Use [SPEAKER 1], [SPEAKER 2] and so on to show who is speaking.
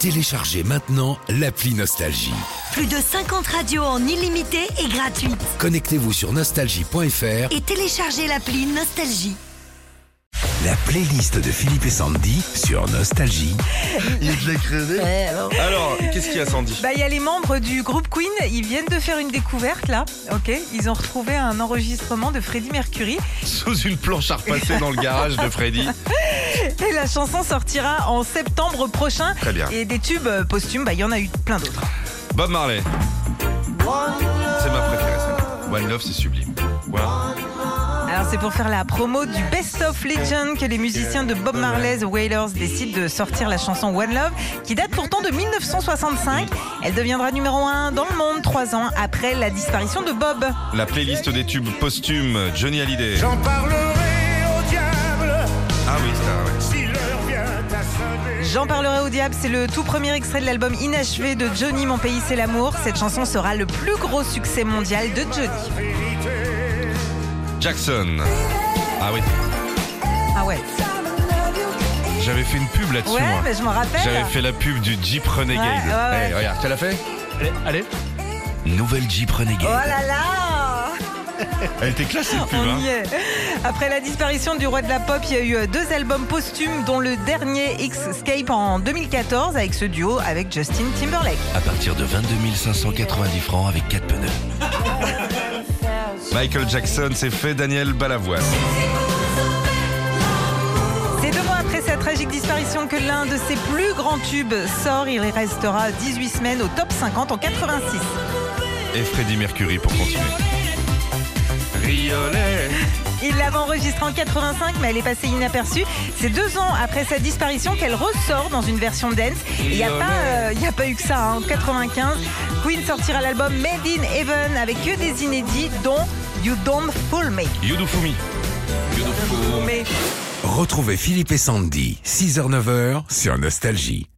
[SPEAKER 1] Téléchargez maintenant l'appli Nostalgie.
[SPEAKER 2] Plus de 50 radios en illimité et gratuite.
[SPEAKER 1] Connectez-vous sur nostalgie.fr,
[SPEAKER 2] Et téléchargez l'appli Nostalgie.
[SPEAKER 1] la playlist de Philippe et Sandy sur Nostalgie.
[SPEAKER 3] Il te l'a creusé. Alors, qu'est-ce qu'il y a, Sandy
[SPEAKER 4] Bah, il y a les membres du groupe Queen, ils viennent de faire une découverte là, ok Ils ont retrouvé un enregistrement de Freddie Mercury
[SPEAKER 3] Sous une planche à repasser dans le garage de Freddy.
[SPEAKER 4] et la chanson sortira en septembre prochain.
[SPEAKER 3] Très bien.
[SPEAKER 4] Et des tubes euh, posthumes, bah, il y en a eu plein d'autres.
[SPEAKER 3] Bob Marley. C'est ma préférée, celle One Love, c'est sublime. Voilà.
[SPEAKER 4] Alors c'est pour faire la promo du Best of Legend que les musiciens de Bob Marley, The Wailers, décident de sortir la chanson One Love, qui date pourtant de 1965. Elle deviendra numéro 1 dans le monde trois ans après la disparition de Bob.
[SPEAKER 3] La playlist des tubes posthumes, Johnny Hallyday.
[SPEAKER 5] J'en parlerai au diable
[SPEAKER 3] Ah oui, c'est
[SPEAKER 5] si l'heure vient à sonner.
[SPEAKER 4] J'en parlerai au diable, c'est le tout premier extrait de l'album inachevé de Johnny, Mon pays c'est l'amour. Cette chanson sera le plus gros succès mondial de Johnny.
[SPEAKER 3] un. Jackson. Ah oui.
[SPEAKER 4] Ah ouais.
[SPEAKER 3] J'avais fait une pub là-dessus,
[SPEAKER 4] Ouais,
[SPEAKER 3] moi.
[SPEAKER 4] mais je m'en
[SPEAKER 3] J'avais
[SPEAKER 4] rappelle.
[SPEAKER 3] fait la pub du Jeep Renegade.
[SPEAKER 4] Ouais, ouais, ouais.
[SPEAKER 3] Eh, regarde, tu l'as fait Allez, allez.
[SPEAKER 1] Nouvelle Jeep Renegade.
[SPEAKER 4] Oh là là
[SPEAKER 3] Elle était classe cette pub,
[SPEAKER 4] On
[SPEAKER 3] hein.
[SPEAKER 4] y est. Après la disparition du roi de la pop, il y a eu euh, deux albums posthumes, dont le dernier X-Scape en 2014 avec ce duo avec Justin Timberlake.
[SPEAKER 1] À partir de 22 590 francs avec 4 pneus.
[SPEAKER 3] Michael Jackson, c'est fait Daniel Balavoine.
[SPEAKER 4] C'est deux mois après sa tragique disparition que l'un de ses plus grands tubes sort. Il restera 18 semaines au top 50 en 86.
[SPEAKER 3] Et Freddie Mercury pour continuer. Riolet.
[SPEAKER 4] Il l'avait enregistrée en 85, mais elle est passée inaperçue. C'est deux ans après sa disparition qu'elle ressort dans une version dance. Il n'y a, pas, euh, il y a pas eu que ça. hein. En 95, Queen sortira l'album Made in Heaven avec que des inédits, dont You Don't Fool Me.
[SPEAKER 3] Yudufumi. Yudufumi.
[SPEAKER 4] Mais-
[SPEAKER 1] Retrouvez Philippe et Sandy, 6h-9h sur Nostalgie.